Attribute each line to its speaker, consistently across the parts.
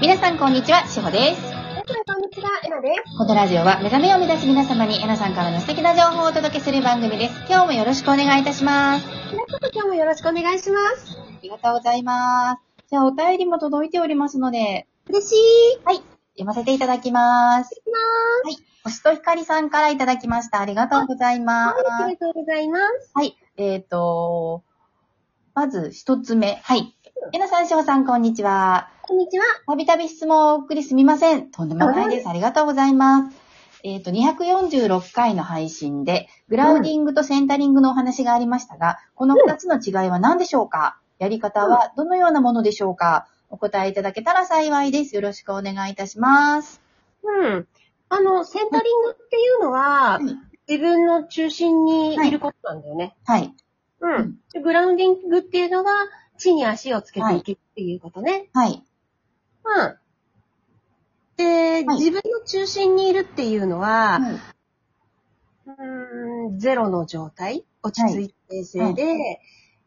Speaker 1: 皆さんこんにちは、しほです。
Speaker 2: 皆さん、こんにちは。えなです。
Speaker 1: このラジオは目覚めを目指す皆様にえなさんからの素敵な情報をお届けする番組です。今日もよろしくお願いいたします。
Speaker 2: ひなこと今日もよろしくお願いします。
Speaker 1: ありがとうございます。じゃあお便りも届いておりますので、
Speaker 2: 嬉しい。
Speaker 1: 読ませていただきます。
Speaker 2: ま
Speaker 1: 星とひかりさんからいただきました。ありがとうございます
Speaker 2: ー。す。あり。がとうございます。
Speaker 1: はい。えっ、と、まず一つ目。はい。えなさん、しほさん、こんにちは。
Speaker 2: こんにちは。
Speaker 1: たびたび質問をお送りすみません。とんでもないです。ありがとうございます。えっ、と、246回の配信で、グラウディングとセンタリングのお話がありましたが、この2つの違いは何でしょうかやり方はどのようなものでしょうかお答えいただけたら幸いです。よろしくお願いいたします。
Speaker 2: うん。あの、センタリングっていうの
Speaker 1: は
Speaker 2: は、
Speaker 1: い
Speaker 2: 自分の中心にいることなんだよね。
Speaker 1: はい。
Speaker 2: うん。でグラウンディングっていうのは、地に足をつけていくっていうことね。
Speaker 1: はい。
Speaker 2: うん。で、
Speaker 1: はい
Speaker 2: 自分の中心にいるっていうのは、
Speaker 1: はい。
Speaker 2: うーんゼロの状態、落ち着いて冷静で、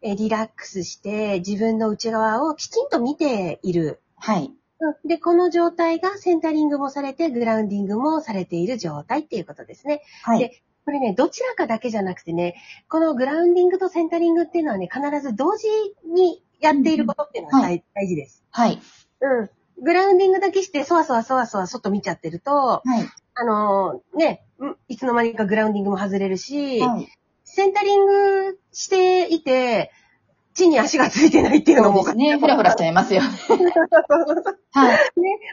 Speaker 2: えリラックスして自分の内側をきちんと見ている。
Speaker 1: はい。
Speaker 2: うんで、この状態がセンタリングもされて、グラウンディングもされている状態っていうことですね。
Speaker 1: はい。
Speaker 2: これね、どちらかだけじゃなくてね、このグラウンディングとセンタリングっていうのはね、必ず同時にやっていることっていうのが
Speaker 1: うんうんは
Speaker 2: 大大事です。
Speaker 1: はい。
Speaker 2: うん。グラウンディングだけして、そわそわそわそわ外見ちゃってると、
Speaker 1: はい。
Speaker 2: あのーね、うんいつの間にかグラウンディングも外れるし、
Speaker 1: はい。
Speaker 2: センタリングしていて、地に足がついてないっていうの
Speaker 1: そ
Speaker 2: もお
Speaker 1: うで
Speaker 2: か
Speaker 1: すね。ふらふらしちゃいます よね。はい。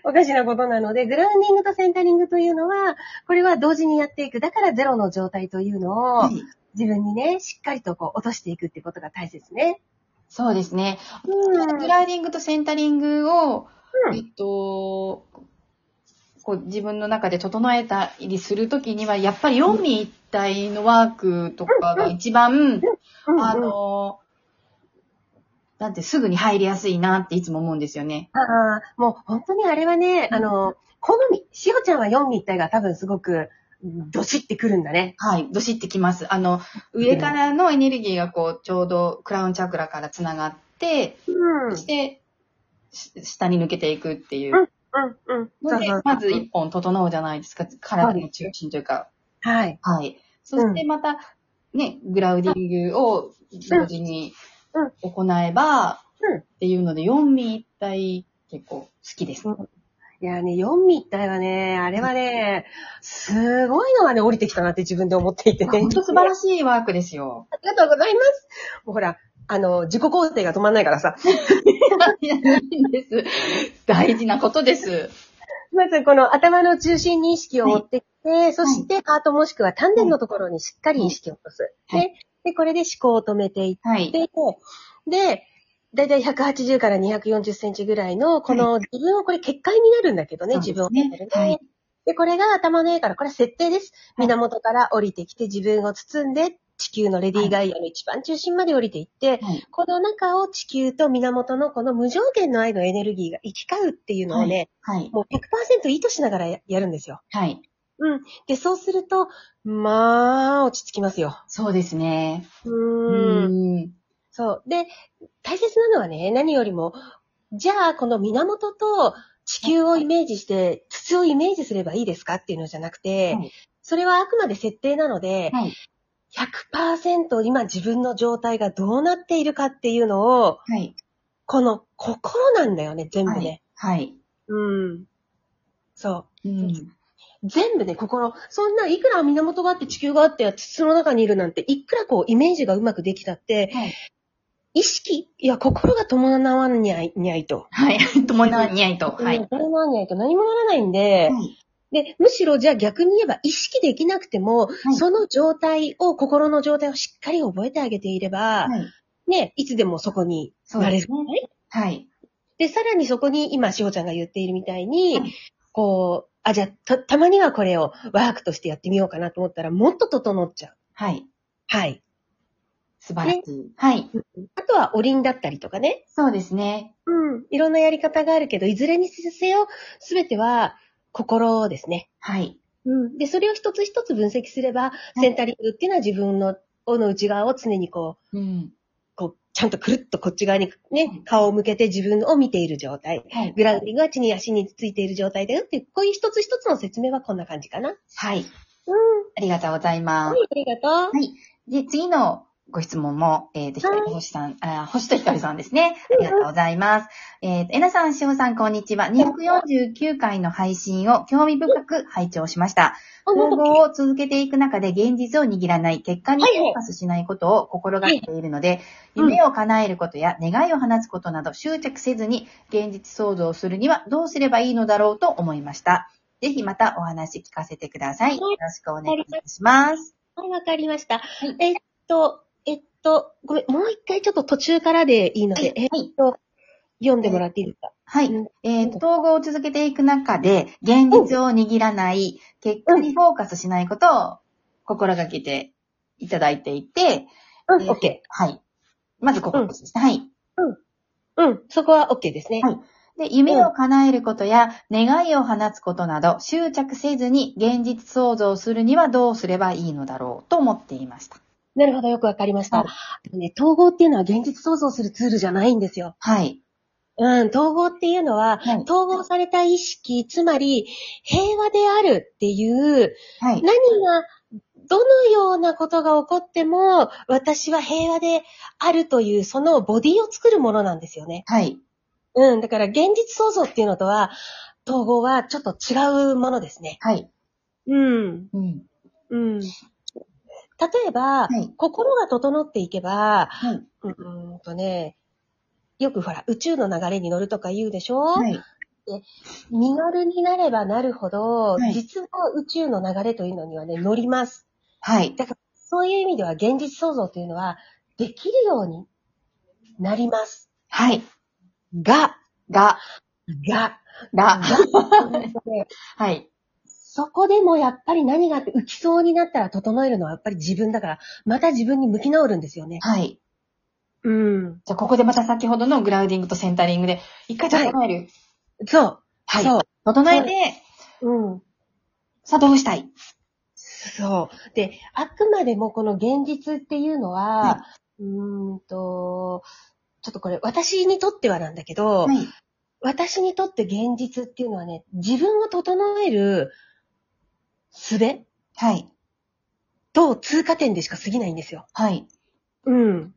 Speaker 2: おかしなことなので、グラウンディングとセンタリングというのは、これは同時にやっていく。だからゼロの状態というのを
Speaker 1: はい
Speaker 2: 自分にね、しっかりとこう落としていくってことが大切ね。
Speaker 1: そうですね。
Speaker 2: うん
Speaker 1: グラウディングとセンタリングを、
Speaker 2: うん
Speaker 1: えっと、こう自分の中で整えたりするときには、やっぱり四味一体のワークとかが一番、あ
Speaker 2: うんうん
Speaker 1: の、なんてすぐに入りやすいなっていつも思うんですよね。
Speaker 2: ああ、もう本当にあれはね、
Speaker 1: うん
Speaker 2: あの、好み、しおちゃんは4密体が多分すごく、どしってくるんだね。
Speaker 1: はい、どしってきます。あの、上からのエネルギーがこう、ちょうどクラウンチャクラからつながって、
Speaker 2: うん
Speaker 1: そして、し下に抜けていくっていう。
Speaker 2: うん、うん。
Speaker 1: ので
Speaker 2: そうそうそう
Speaker 1: まず一本整うじゃないですか。体の中心というか、
Speaker 2: はい。
Speaker 1: はい。そしてまた、ね、グラウディングを同時に
Speaker 2: うん
Speaker 1: 行えば、
Speaker 2: うん
Speaker 1: っていうので、四味一体結構好きです。
Speaker 2: うんいやね、4密体はね、あれはね、すごいのがね、降りてきたなって自分で思っていてね。
Speaker 1: 本当素晴らしいワークです よ。
Speaker 2: ありがとうございます。もうほら、あの、自己肯定が止まんないからさ。
Speaker 1: いやいいんです。大事なことです。
Speaker 2: まずこの頭の中心に意識を持ってきて、そしてハートもしくは丹田のところにしっかり意識を落とす。
Speaker 1: はい
Speaker 2: ねで、これで思考を止めていっ
Speaker 1: はい。
Speaker 2: て、で、だいたい180から240センチぐらいの、この自分を、これ結界になるんだけどね、
Speaker 1: そう
Speaker 2: 自分を
Speaker 1: です
Speaker 2: 立てる
Speaker 1: ね。はい。
Speaker 2: で、これが頭の絵から、これは設定です。
Speaker 1: はい
Speaker 2: 源から降りてきて、自分を包んで、地球のレディーガイアの一番中心まで降りていっ
Speaker 1: は
Speaker 2: て、
Speaker 1: い
Speaker 2: この中を地球と源のこの無条件の愛のエネルギーが行き交うっていうのをね、
Speaker 1: はい。
Speaker 2: もう100%意図しながらややるんですよ。
Speaker 1: はい。
Speaker 2: で、そうすると、まあ、落ち着きますよ。
Speaker 1: そうですね。
Speaker 2: う
Speaker 1: う
Speaker 2: ーん。
Speaker 1: ーん。
Speaker 2: そう。で、大切なのはね、何よりも、じゃあ、この源と地球をイメージして、筒をイメージすればいいですかっていうのじゃなくて、
Speaker 1: はい
Speaker 2: それはあくまで設定なので、
Speaker 1: はい。
Speaker 2: 100%今自分の状態がどうなっているかっていうのを、
Speaker 1: はい。
Speaker 2: この心なんだよね、全部ね。
Speaker 1: はい。
Speaker 2: うん。そう。
Speaker 1: うん。
Speaker 2: 全部ね、心、そんないくら源があって地球があって筒の中にいるなんて、いくらこうイメージがうまくできたって、
Speaker 1: はい
Speaker 2: 意識、いや、心が伴わにゃい、にゃいと。
Speaker 1: はい。ともなにゃいと。はい。
Speaker 2: うん伴わにゃいと何もならないんで、
Speaker 1: はい
Speaker 2: で、むしろじゃあ逆に言えば意識できなくても、
Speaker 1: い
Speaker 2: その状態を、心の状態をしっかり覚えてあげていれば、
Speaker 1: はい。
Speaker 2: ね、いつでもそこに
Speaker 1: そう
Speaker 2: なれ
Speaker 1: で
Speaker 2: る
Speaker 1: す。ね。はい。
Speaker 2: で、さらにそこに今、しほちゃんが言っているみたいに、
Speaker 1: はい
Speaker 2: こう、あ、じゃあ、た、たまにはこれをワークとしてやってみようかなと思ったら、もっと整っちゃう。
Speaker 1: はい。
Speaker 2: はい。
Speaker 1: 素晴らしい。はい。
Speaker 2: あとは、おりんだったりとかね。
Speaker 1: そうですね。
Speaker 2: うん。いろんなやり方があるけど、いずれにせよ、すべては、心ですね。
Speaker 1: はい。
Speaker 2: うん。で、それを一つ一つ分析すれば、
Speaker 1: い
Speaker 2: センタリングっていうのは自分の、おの内側を常にこう、
Speaker 1: うん。
Speaker 2: こう、ちちゃんとくるっとこっち側にね、顔を向けて自分を見ている状態。
Speaker 1: はい。
Speaker 2: グラウンディングは地に足についている状態だよっていう、こういう一つ一つの説明はこんな感じかな。
Speaker 1: はい。
Speaker 2: うん。
Speaker 1: ありがとうございま
Speaker 2: は
Speaker 1: す。
Speaker 2: い、ありがとう。
Speaker 1: で、次のご質問も、えっ、と、ひと
Speaker 2: はい
Speaker 1: り星さん、あ、星とひとりさんですね。ありがとうございます。えっ、と、えなさん、しおさん、こんにちは。249回の配信を興味深く拝聴しました。
Speaker 2: あ、な
Speaker 1: 応
Speaker 2: んだっ
Speaker 1: 募を続けていく中で現実を握らない、結果に
Speaker 2: はいはい
Speaker 1: フォーカスしないことを心がけているので、
Speaker 2: うん
Speaker 1: 夢を叶えることや願いを放つことなど執着せずに現実創造をするにはどうすればいいのだろうと思いました。ぜひまたお話聞かせてください。
Speaker 2: はい
Speaker 1: よろしくお願いします。
Speaker 2: けはい、わかりました。
Speaker 1: い
Speaker 2: えっと、えっと、ごめん、もう一回ちょっと途中からでいいので、えっ
Speaker 1: はい。
Speaker 2: と、読んでもらっていいですか
Speaker 1: はい。
Speaker 2: うん
Speaker 1: えー統合を続けていく中で、現実を握らない、結果にフォーカスしないことを心がけていただいていて、
Speaker 2: うん、
Speaker 1: えー
Speaker 2: OK。
Speaker 1: はい。まずここですね。はい。
Speaker 2: うん、そこは OK ですね。
Speaker 1: はいで、夢を叶えることや、願いを放つことなど、執着せずに現実創造するにはどうすればいいのだろうと思っていました。
Speaker 2: なるほど、よくわかりまし
Speaker 1: は
Speaker 2: た
Speaker 1: い。
Speaker 2: でもね、統合っていうのは現実創造するツールじゃないんですよ。
Speaker 1: はい。
Speaker 2: うん、統合っていうのは、
Speaker 1: はい。
Speaker 2: 統合された意識、つまり平和であるっていう、
Speaker 1: はい。
Speaker 2: 何が、どのようなことが起こっても、私は平和であるという、そのボディを作るものなんですよね。
Speaker 1: はい。
Speaker 2: うん、だから現実創造っていうのとは、統合はちょっと違うものですね。
Speaker 1: はい。
Speaker 2: うん、
Speaker 1: うん。
Speaker 2: うん。例えば、
Speaker 1: はい
Speaker 2: 心が整っていけば、
Speaker 1: はい。
Speaker 2: うーんとね、よくほら、宇宙の流れに乗るとか言うでしょ、
Speaker 1: はい。
Speaker 2: 身軽になればなるほど、
Speaker 1: はい
Speaker 2: 実は宇宙の流れというのにはね、乗ります。
Speaker 1: はい。
Speaker 2: そういう意味では現実創造というのは、できるようになります。
Speaker 1: はい。
Speaker 2: が、
Speaker 1: が、
Speaker 2: が、
Speaker 1: ら。
Speaker 2: ね
Speaker 1: はい。
Speaker 2: そこでもやっぱり何があって浮きそうになったら整えるのはやっぱり自分だから、また自分に向き直るんですよね。
Speaker 1: はい。
Speaker 2: うん。
Speaker 1: じゃあ、ここでまた先ほどのグラウディングとセンタリングで、一回整える。
Speaker 2: そう。
Speaker 1: はい。
Speaker 2: そう。
Speaker 1: 整えて、
Speaker 2: うん。
Speaker 1: さあどうしたい
Speaker 2: そう。で、あくまでもこの現実っていうのは
Speaker 1: は、
Speaker 2: うーんと、ちょっとこれ私にとってはなんだけど、
Speaker 1: はい。
Speaker 2: 私にとって現実っていうのはね、自分を整える術
Speaker 1: はい。
Speaker 2: と通過点でしか過ぎないんですよ。
Speaker 1: はい。
Speaker 2: うん。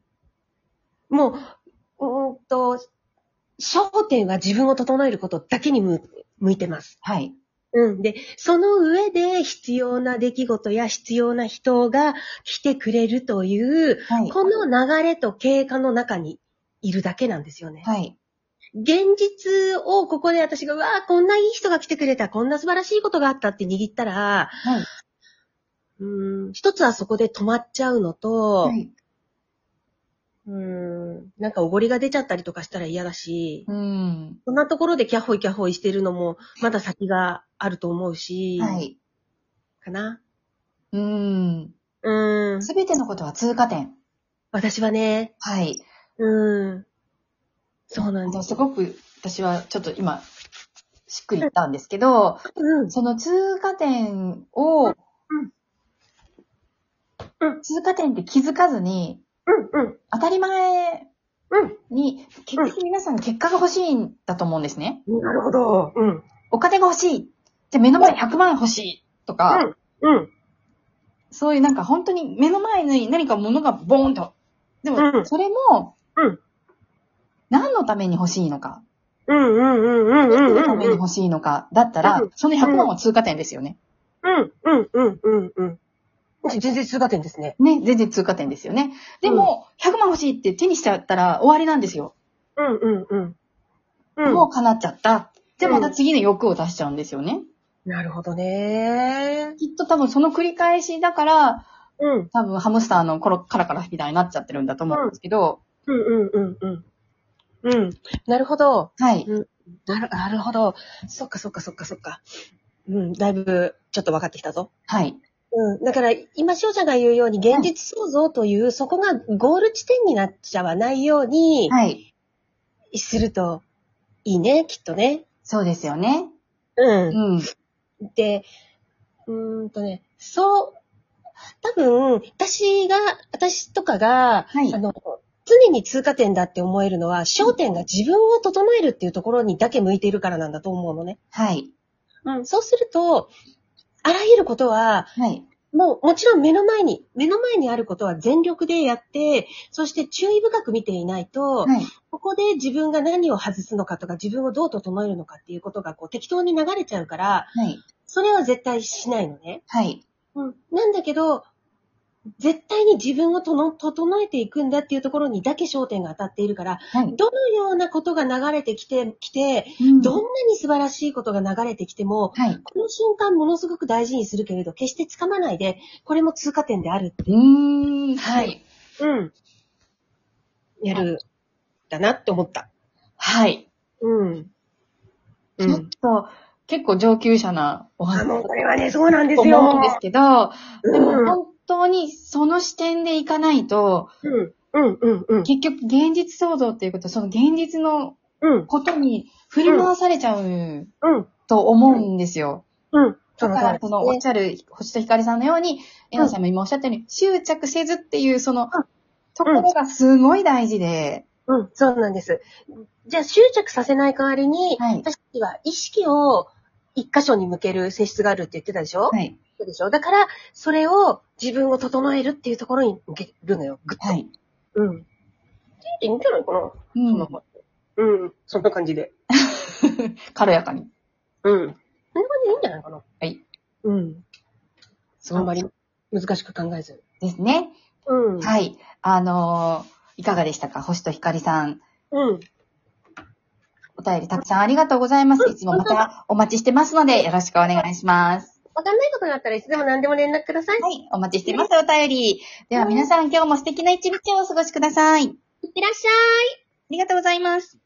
Speaker 2: もう、うーんと、焦点は自分を整えることだけに向向いてます。
Speaker 1: はい。
Speaker 2: うん。で、その上で必要な出来事や必要な人が来てくれるという、
Speaker 1: はい。
Speaker 2: この流れと経過の中にいるだけなんですよね。
Speaker 1: はい。
Speaker 2: 現実をここで私が、うわあ、こんないい人が来てくれた、こんな素晴らしいことがあったって握ったら、
Speaker 1: はい。
Speaker 2: うん、一つはそこで止まっちゃうのと、
Speaker 1: はい。
Speaker 2: うん、なんかおごりが出ちゃったりとかしたら嫌だし、
Speaker 1: うん。
Speaker 2: そんなところでキャホイキャホイしてるのも、まだ先があると思うし、
Speaker 1: はい。
Speaker 2: かな。
Speaker 1: うん。
Speaker 2: うん。
Speaker 1: すべてのことは通過点。
Speaker 2: 私はね、
Speaker 1: はい。
Speaker 2: うん。そうな
Speaker 1: あ
Speaker 2: んで
Speaker 1: の
Speaker 2: す。
Speaker 1: すごく、私はちょっと今、しっくりいったんですけど、
Speaker 2: うん。
Speaker 1: その通過点を、
Speaker 2: うん
Speaker 1: 通過点って気づかずに、
Speaker 2: うん。うん。
Speaker 1: 当たり前
Speaker 2: うん。
Speaker 1: に、結局皆さん結果が欲しいんだと思うんですね。
Speaker 2: なるほど。うん。
Speaker 1: お金が欲しい。じゃあ目の前に100万欲しい。とか、
Speaker 2: うん。
Speaker 1: そういうなんか本当に目の前に何か物がボーンと。で
Speaker 2: う
Speaker 1: も、
Speaker 2: ん
Speaker 1: それも
Speaker 2: うん、
Speaker 1: 何のために欲しいのか、
Speaker 2: うんうんうんうん
Speaker 1: 何
Speaker 2: う
Speaker 1: のた
Speaker 2: ん
Speaker 1: めに
Speaker 2: うん。
Speaker 1: 欲しいのか、だったら
Speaker 2: うん、
Speaker 1: その100万は通過点ですよね。
Speaker 2: うんうんうんうんうん。全然通過点ですね。
Speaker 1: ね、全然通過点ですよね。でも、100万欲しいって手にしちゃったら終わりなんですよ。
Speaker 2: うんうんうん。う
Speaker 1: も
Speaker 2: ん。
Speaker 1: う叶っちゃった。で、
Speaker 2: うん
Speaker 1: また次の欲を出しちゃうんですよね。
Speaker 2: なるほどね。
Speaker 1: きっと多分その繰り返しだから、
Speaker 2: うん。
Speaker 1: 多分ハムスターのコロカラカラみたいになっちゃってるんだと思うんですけど、
Speaker 2: うんうんうんうん。うん。なるほど。
Speaker 1: はい。
Speaker 2: なる、なるほど。そっかそっかそっかそっか。うん。だいぶ、ちょっと分かってきたぞ。
Speaker 1: はい。
Speaker 2: うん。だから、今、翔ちゃんが言うように、現実創造という、そこがゴール地点になっちゃわないように、
Speaker 1: はい。
Speaker 2: すると、いいね、きっとね。
Speaker 1: そうですよね。
Speaker 2: う
Speaker 1: うん。
Speaker 2: ん。で、うーんとね、そう、多分、私が、私とかが、
Speaker 1: はい
Speaker 2: あの、常に通過点だって思えるのは、焦点が自分を整えるっていうところにだけ向いているからなんだと思うのね。
Speaker 1: はい。
Speaker 2: うん、そうすると、あらゆることは、
Speaker 1: はい。
Speaker 2: もうもちろん目の前に、目の前にあることは全力でやって、そして注意深く見ていないと、
Speaker 1: はい。
Speaker 2: ここで自分が何を外すのかとか、自分をどう整えるのかっていうことがこう適当に流れちゃうから、
Speaker 1: はい。
Speaker 2: それは絶対しないのね。
Speaker 1: はい。
Speaker 2: うん。なんだけど、絶対に自分をとの整えていくんだっていうところにだけ焦点が当たっているから、
Speaker 1: はい。
Speaker 2: どのようなことが流れてきて、きて、
Speaker 1: うん
Speaker 2: どんなに素晴らしいことが流れてきても、
Speaker 1: はい。
Speaker 2: この瞬間ものすごく大事にするけれど、決して掴まないで、これも通過点である。
Speaker 1: うーん。はい。
Speaker 2: うん。やる、だなって思った。
Speaker 1: はい。
Speaker 2: うん。う
Speaker 1: ちょっ
Speaker 2: ん。
Speaker 1: と、結構上級者なお
Speaker 2: あ、
Speaker 1: 話
Speaker 2: もうこれはね、そうなんですよ。
Speaker 1: 思うんですけど、でも
Speaker 2: うん。
Speaker 1: 本当にその視点でいかないと、
Speaker 2: うん。うん。うん。うん。
Speaker 1: 結局現実騒動っていうこと、その現実の
Speaker 2: うん。
Speaker 1: ことに振り回されちゃう
Speaker 2: うん。
Speaker 1: と思うんですよ。
Speaker 2: うん。そ
Speaker 1: だから
Speaker 2: の通りで、す
Speaker 1: そ
Speaker 2: ね
Speaker 1: のおっしゃる星と光さんのように、えなさんも今おっしゃったように、執着せずっていうその
Speaker 2: うん、
Speaker 1: ところがすごい大事で、
Speaker 2: うん、そうなんです。じゃあ執着させない代わりに、
Speaker 1: はい
Speaker 2: 私たちは意識を一箇所に向ける性質があるって言ってたでしょ、
Speaker 1: はい。
Speaker 2: そうでしょだから、それを自分を整えるっていうところに向けるのよ。ぐっと
Speaker 1: はい。
Speaker 2: うん。でいいんじゃないかな、
Speaker 1: う。
Speaker 2: そんなん感じうん、そんな感じで。
Speaker 1: 軽やかに。
Speaker 2: うん。そんな感じでいいんじゃないかな
Speaker 1: はい。
Speaker 2: うん。
Speaker 1: す
Speaker 2: あん
Speaker 1: ご
Speaker 2: ま
Speaker 1: い
Speaker 2: り難しく考えず。
Speaker 1: ですね。
Speaker 2: うん。い。
Speaker 1: はい。あのーいかがでしたか星と光さん。
Speaker 2: うん。
Speaker 1: お便りたくさんありがとうございます。いつもまたお待ちしてますので、よろしくお願いします。
Speaker 2: わかんないことがあったらいつでも何でも連絡ください。
Speaker 1: はい。お待ちしてます、お便り。では皆さん、今日も素敵な一日をお過ごしください。あ
Speaker 2: いってらっしゃい。
Speaker 1: りがとうございます。